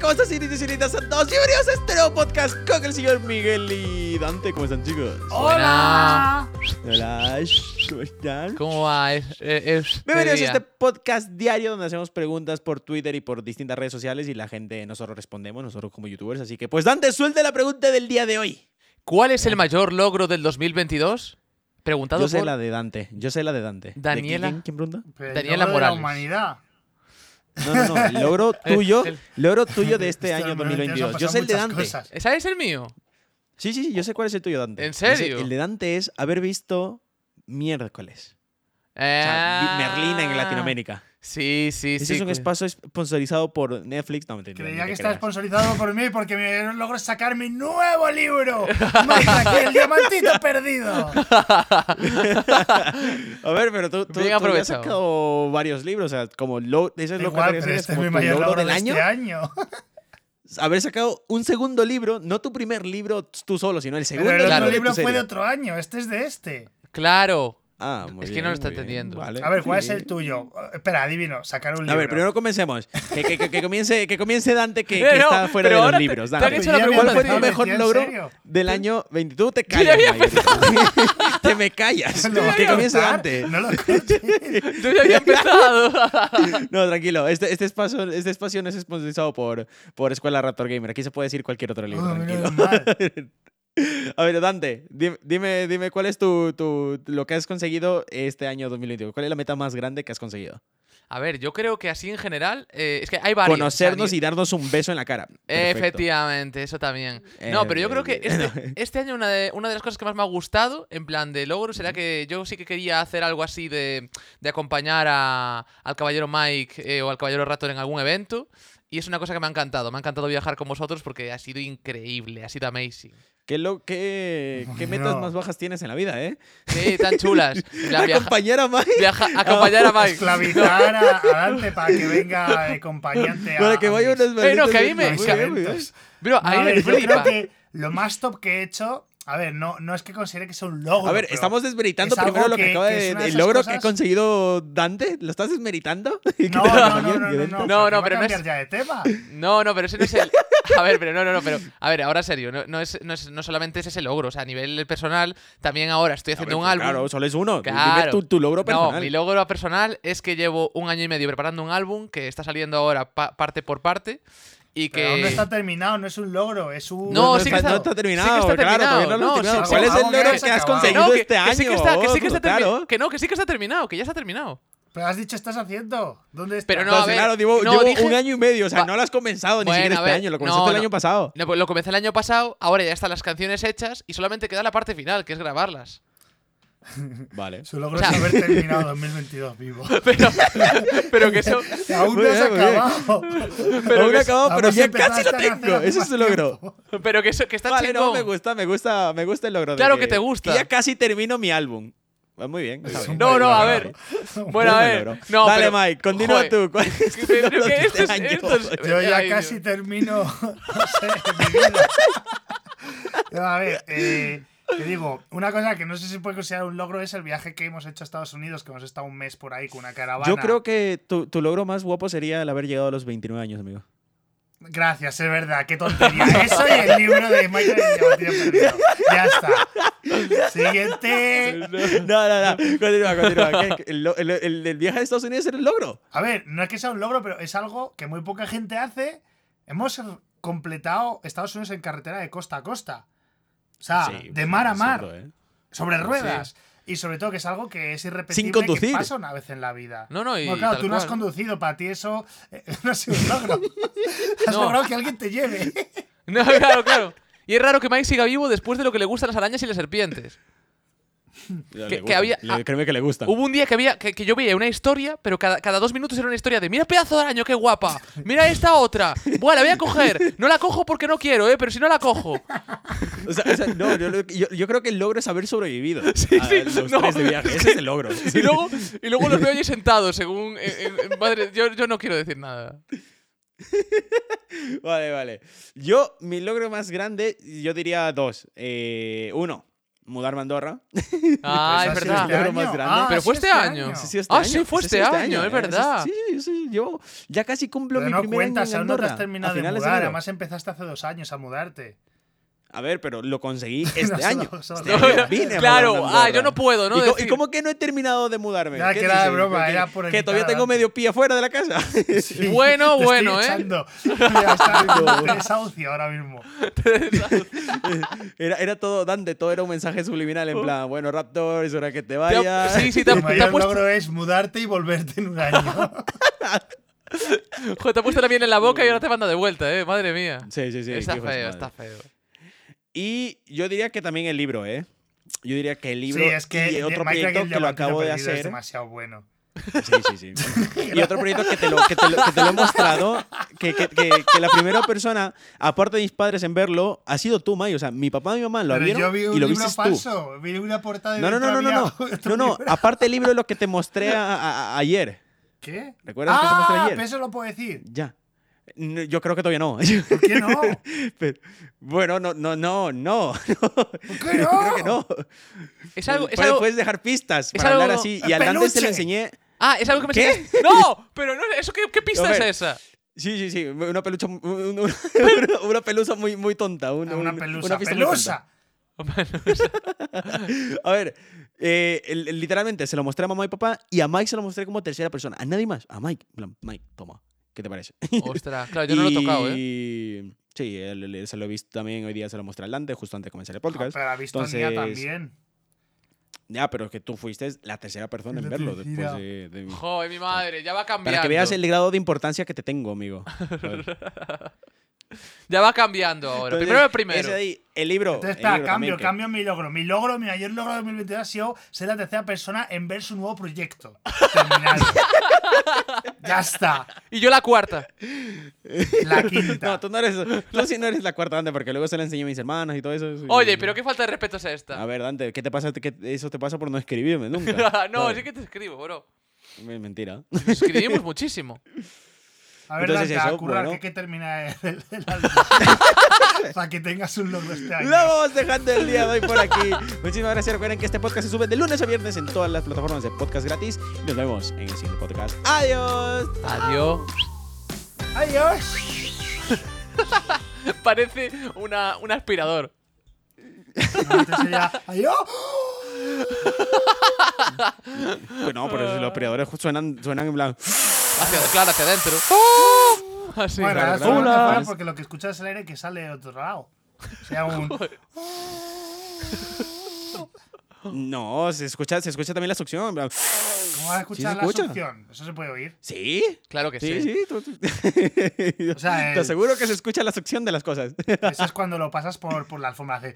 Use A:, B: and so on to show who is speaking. A: ¿Cómo están, señoritas y señoritas? Sean todos bienvenidos a este nuevo podcast con el señor Miguel y Dante. ¿Cómo están, chicos?
B: Hola.
A: Hola, ¿cómo están?
B: ¿Cómo va? Es, es- es-
A: Bienvenidos a
B: día.
A: este podcast diario donde hacemos preguntas por Twitter y por distintas redes sociales y la gente, nosotros respondemos, nosotros como youtubers. Así que, pues, Dante, suelta la pregunta del día de hoy.
B: ¿Cuál es el mayor logro del 2022? Preguntado
A: Yo sé
B: por
A: la de Dante, yo sé la de Dante. ¿De
B: Daniela.
A: quién- ¿Quién pregunta?
C: Pero el
B: Daniela
C: logro de
B: Morales.
C: la humanidad.
A: No, no, no, el logro tuyo,
B: el-
A: logro tuyo de este
C: Hostia,
A: año
C: en 2022 han
A: 2022. Yo sé el de Eh,
C: pasado
A: Dante.
C: muchas cosas.
B: ¿Esa es el mío?
A: Sí, sí, sí, yo sé cuál es el tuyo, Dante.
B: ¿En
A: Yo sé-
B: serio?
A: El de Dante es haber visto miércoles. O sea, vi-
B: Ah,
A: Merlina en Latinoamérica.
B: Sí, sí,
A: Ese
B: sí.
A: es un
B: cu-
A: espacio sponsorizado por Netflix. No, mentira, ni
C: Creía
A: te
C: que estaba
A: creas.
C: sponsorizado por mí porque me logro sacar mi nuevo libro. Mata que el diamantito perdido.
A: A ver, pero tú, tú,
B: Bien
A: tú ya has
B: aprovechado.
A: sacado varios libros. O sea, como lo, ese es lo que
C: Igual,
A: debería
C: pero
A: ser,
C: este es
A: como
C: mi
A: tu
C: mayor
A: logro
C: logro
A: del
C: de
A: año.
C: este año.
A: Haber sacado un segundo libro, no tu primer libro tú solo, sino el segundo
C: Pero el otro
B: Claro.
A: de tu
C: libro fue
A: serie.
C: de otro año. Este es de este.
B: Claro.
A: Ah, muy
B: Es que
A: bien,
B: no lo está
A: muy bien,
B: entendiendo.
A: vale.
C: A ver, ¿cuál es
A: Eh, Sí.
C: el tuyo? Eh, Espera, adivino. Sacar un libro.
A: A ver, primero comencemos. Que, que- que- que comience, que comience Dante, que,
B: Eh,
A: que
B: no,
A: está fuera de
B: pero
A: los
B: ahora te-
A: libros.
B: te
A: Dante.
B: han hecho la
A: ¿Cuál
B: pregunta
A: fue
B: de
A: tu
B: Dante,
A: mejor
C: ¿en
A: logro
C: serio?
A: del año 20? Tú te
B: Yo ya
A: callas,
B: había
A: Mayer. Te me callas.
C: ¿Lo vas
A: que
C: a
A: comience
C: contar?
A: Dante.
C: No lo escuché.
B: Yo ya había empezado.
A: No, tranquilo. Este, este, espacio, este espacio no es sponsorizado por, por Escuela Raptor Gamer. Aquí se puede decir cualquier otro libro,
B: Ah,
C: Oh,
A: tranquilo.
C: menos mal.
A: A ver, Dante, di- dime, dime cuál es tu, tu, lo que has conseguido este año 2021. ¿Cuál es la meta más grande que has conseguido?
B: A ver, yo creo que así en general. eh, es que hay varios.
A: Conocernos
B: y
A: y darnos un beso en la cara. Perfecto.
B: Efectivamente, eso también. No, pero yo creo que
C: Eh,
B: este, este año una de, una de las cosas que más me ha gustado, en plan de logro, será que yo sí que quería hacer algo así de, de acompañar a- al caballero Mike eh, o al caballero Rator en algún evento. Y es una cosa que me ha encantado. Me ha encantado viajar con vosotros porque ha sido increíble, ha sido amazing.
A: ¿Qué, lo, qué, qué metas
C: No.
A: más bajas tienes en la vida, eh?
B: Sí, tan chulas. En plan, viaja-
A: Acompañar a Mike.
B: viaja- acompañar a Mike.
C: Esclavizar a, a Dante para que venga de acompañante a.
A: Para que
C: a
A: vaya
C: mis-
A: unos
B: Eh, no, que a mí
A: benditos
B: me-
A: muy bien, muy bien.
C: Eventos.
B: Bro, a
C: No,
B: mí
C: a
B: me
C: ver, yo creo
B: flipa.
C: que lo más top que he hecho. A ver, no, no es que considere que sea un logro.
A: A ver,
C: pero
A: estamos desmeritando
C: es algo
A: primero lo que
C: que-
A: acaba
C: que es
A: de.
C: una de
A: El
C: esas
A: logro que ha
C: cosas-
A: conseguido Dante. ¿Lo estás desmeritando?
C: No, no, no, no, no, no,
B: No, no,
C: pero
B: pero no
C: no
B: es-
C: ya de tema.
B: No, no, pero ese no es el. A ver, pero no, no, no, pero. A ver, ahora serio, no, no es, no, es- no solamente es ese logro, o sea, a nivel personal, también ahora estoy haciendo un álbum.
A: pues Claro, solo es uno. Dime
B: Claro.
A: tu, tu logro
B: No, mi
A: personal.
B: logro personal es que llevo un año y medio preparando un álbum que está saliendo ahora pa- parte por parte y que.
C: Pero aún no está terminado, no es un logro, es un.
B: No, sí que
A: está,
B: está-
A: no está terminado,
B: sí que está
A: claro, todavía no
B: terminado,
A: lo has
B: no,
A: terminado.
C: sí,
A: ¿Cuál es
C: sí,
A: el
C: vamos,
A: logro
C: que
A: que
C: ya
A: has
C: se acabó.
A: conseguido
B: No, que,
A: este año?
B: que sí que está, que sí que está termi-
A: claro.
B: que no, que sí que está terminado, que ya está terminado.
C: Pero has dicho, estás haciendo. ¿Dónde está?
B: Pero no, a
A: Entonces,
B: ver,
A: claro, llevo,
B: no,
A: llevo
B: dije-
A: un año y medio, o sea,
B: Va-
A: no lo has comenzado ni
B: Bueno,
A: siquiera
B: a
A: este
B: ver,
A: año, lo
B: no,
A: comenzaste el
B: no.
A: año pasado.
B: No, pues lo comencé el año pasado, ahora ya están las canciones hechas y solamente queda la parte final, que es grabarlas.
A: Vale.
C: Su logro
B: o sea-
C: es haber terminado 2022 vivo.
B: Pero, pero que eso.
C: Aún
A: Muy
C: no has
A: bien, muy bien.
C: acabado.
B: Pero
A: Aún
B: que-
A: acabado, pero
C: Vamos a
A: ya
C: empezar
A: casi lo
C: hasta hace
A: tengo. Ese es
C: más
A: su logro.
C: tiempo.
B: Pero que eso, que está
A: Vale, no,
B: chingón.
A: me gusta, me gusta, me gusta el logro. de
B: Claro que te gusta.
A: que ya casi termino mi álbum. Va muy bien. está
C: Es
A: bien.
C: un
B: No, no, a
C: buen
B: ver.
C: logro.
B: Bueno, a
A: Buen
B: ver.
A: logro.
B: No,
A: Dale,
B: pero-
A: Mike, continúa
B: joder.
A: tú. ¿Cuál es tu
B: Pero
A: logro de
B: que esto es-
A: este año?
B: esto es-
C: Yo ya
B: Ay, Dios.
C: casi termino. no sé, mi vida. No, A ver, eh, te digo, una cosa que no sé si puede considerar un logro es el viaje que hemos hecho a Estados Unidos, que hemos estado un mes por ahí con una caravana.
A: Yo creo que tu, tu logro más guapo sería el haber llegado a los 29 años, amigo.
C: Gracias, es verdad, qué tontería. Eso y el libro de Michael y el diamantino perdido. Ya está. Siguiente.
A: No, no, no. Continúa, continúa. ¿Qué- El, lo- el- el- el viaje a Estados Unidos era el logro.
C: A ver, no es que sea un logro, pero es algo que muy poca gente hace. Hemos completado Estados Unidos en carretera de costa a costa. O sea, de mar a mar.
B: ¿eh?
C: sobre ruedas. Y sobre todo que es algo que es irrepetible
A: conducir.
C: que pasa una vez en la vida.
B: No, no, y
C: Bueno, claro,
B: tal
C: tú no has
B: cual.
C: conducido, para ti eso eh, no ha sido un logro. has
B: No.
C: logrado que alguien te lleve.
B: No, claro, claro. Y es raro que Mike siga vivo después de lo que le gustan las arañas y las serpientes.
A: Le
B: que
A: gusta.
B: había-
A: Le-
B: ah.
A: créeme que le gusta.
B: Hubo un día que, había, que, que yo veía una historia, pero cada, cada dos minutos era una historia de mira pedazo de araño, qué guapa. Mira esta otra. Bueno, la voy a coger. No la cojo porque no quiero, eh, pero si no la cojo.
A: O sea, o sea, no, yo, yo- yo creo que el logro es haber sobrevivido.
B: Sí,
A: a
B: sí,
A: los
B: no.
A: tres de viaje. Ese es el logro.
B: Y luego, y luego los veo allí sentados, según... en- en- en- madre, yo, yo no quiero decir nada.
A: Vale, vale. Yo, mi logro más grande, yo diría dos. Eh, uno, mudarme a Andorra.
B: Ah, es
C: Pues así
B: verdad.
C: este año.
A: Más grande.
C: Ah,
B: Pero
C: sí,
B: fue este año.
A: Sí, sí,
B: Ah, sí, fue este año, es
A: ¿eh?
B: verdad.
A: Sí, sí, sí, yo ya casi cumplo
C: Pero
A: mi
C: no
A: primer
C: cuentas,
A: año en
C: aún no te
A: Andorra.
C: has terminado
A: a
C: de
A: finales
C: mudar.
A: enero.
C: Además empezaste hace dos años a mudarte.
A: A ver, pero lo conseguí este
C: No, solo-
A: año.
C: solo-
A: Este año vine a
B: claro,
A: mudarme a
B: ah,
A: Andorra.
B: yo no puedo, ¿no?
A: ¿Y, co- y
B: Decir-
A: cómo que no he terminado de mudarme?
C: Ya,
A: ¿Qué
C: que era
A: dices?
C: broma,
A: que,
C: era por
A: que todavía
C: evitar
A: tengo
C: adelante.
A: medio pie fuera de la casa.
B: Bueno,
C: Te
B: bueno,
C: estoy
B: ¿eh?
C: echando. Ya está, te desahucio ahora mismo.
A: Era, era todo, Dante, todo era un mensaje subliminal en plan, bueno, Raptor, es hora que te
B: Te ha-
A: vayas.
B: Sí, sí, te ha, te
C: Tu
B: ha
C: mayor
B: puesto,
C: logro es mudarte y volverte en un año.
B: jo, te ha puesto la miel en la boca y ahora te manda de vuelta, ¿eh? Madre mía.
A: sí, sí, sí,
B: está
A: qué hijo de su madre.
B: feo, está feo.
A: Y yo diría que también el libro, ¿eh? Yo diría que el libro
C: sí, es que
A: y
C: de-
A: otro
C: Michael
A: proyecto que lo
C: Giacomino
A: acabo de
C: perdido Es
A: hacer.
C: demasiado bueno.
A: Sí, sí, sí. Y otro proyecto que te lo, que te lo- que te lo he mostrado, que, que- que- que la primera persona, aparte de mis padres en verlo, ha sido tú, May. O sea, mi papá y mi mamá lo
C: Pero
A: vieron
C: yo vi un
A: y lo
C: libro
A: viste tú.
C: falso. Vi una portada de
A: No, no, no, no, no, no.
C: Beltravia, otro
A: No, no.
C: libro.
A: Aparte el libro es lo que te mostré a- a- a- ayer.
C: ¿Qué?
A: ¿Recuerdas que te mostré
C: ah,
A: ayer?
C: pero eso lo puedo decir.
A: Ya. No, Yo creo que todavía no.
C: ¿Por qué no?
A: Pero- bueno, no, no, no, no.
C: ¿Por qué no?
A: Yo creo que no.
B: Es algo, es
A: Puedes-
B: algo-
A: Puedes dejar pistas
B: es
A: para hablar
B: algo-
A: así. Y al Dante se
C: ¡Peluche!
A: le enseñé.
B: Ah, es algo que me
A: ¿Qué?
B: enseñaste- ¡No! Pero no, eso, ¿qué, qué pista
A: A
B: es
A: ver.
B: esa?
A: Sí, sí, sí. Una pelucha, un- un- una, una pelusa muy, muy tonta. un-
C: una
A: un-
C: pelusa.
A: una pista muy
C: pelusa. Ah,
A: tonta. A ver, eh, el- el- literalmente se lo mostré a mamá y papá y a Mike se lo mostré como tercera persona. A nadie más. A Mike. En plan, Mike, toma. ¿Qué te parece?
B: Ostras, claro, yo no lo he tocado, ¿eh?
A: Y- Sí, él- él- él se lo he visto también hoy día, se lo mostré al Dante justo antes de comenzar el
C: Ah,
A: podcast.
C: pero ha visto Nia
A: Entonces,
C: también.
A: Ya, pero es que tú fuiste la tercera persona en
C: La
A: verlo
C: tercera.
A: después de, de mí.
B: Joder, mi madre, ya va cambiando.
A: Para que veas el grado de importancia que te tengo, amigo. Joder.
B: Ya va cambiando ahora.
A: Entonces,
B: primero el primero.
A: Ese de ahí, el libro.
C: Entonces,
A: el
C: espera,
A: libro
C: cambio,
A: también que-
C: cambio mi logro. Mi logro, mi mayor logro de 2022 ha sido ser la tercera persona en ver su nuevo proyecto. Terminado. ya está.
B: Y yo la cuarta.
C: La quinta.
A: No, tú no eres, tú sí no eres la cuarta Dante, porque luego se la enseñé a mis hermanos y todo eso. sí.
B: Oye, pero qué falta de respeto es esta.
A: A ver, Dante, ¿qué te pasa? ¿Qué- eso te pasa por no escribirme nunca.
B: no,
A: Dale.
B: sí que te escribo, bro.
A: Me- Mentira.
B: Nos escribimos muchísimo.
C: A ver,
A: Entonces
C: Dante, a
A: eso,
C: currar
A: bueno.
C: que hay que terminar el, el, álbum. Para que tengas un logro este año.
A: Lo vamos dejando el día de hoy por aquí. Muchísimas gracias. Recuerden que este podcast se sube de lunes a viernes en todas las plataformas de podcast gratis. Y nos vemos en el siguiente podcast. ¡Adiós!
B: Adiós.
C: Adiós.
B: Parece una, un aspirador.
C: Antes sería, Adiós.
A: Pues no, pero si los operadores suenan, suenan en blanco.
B: Hacia, claro, hacia adentro. Así.
C: bueno, ahora
A: claro.
C: solo
A: Hola.
C: fuera porque lo que escuchas es el aire que sale de otro lado. O sea, un.
A: No, se escucha, se escucha también la succión. en plan.
C: ¿Cómo vas a escuchar
A: se
C: la
A: escucha?
C: succión? Eso se puede oír.
A: ¿Sí?
B: Claro que
A: Sí,
B: sí.
A: sí. tú- tú-
C: O sea,
A: Te
C: el-
A: aseguro que se escucha la succión de las cosas.
C: eso es cuando lo pasas por, por la alfombra. hace-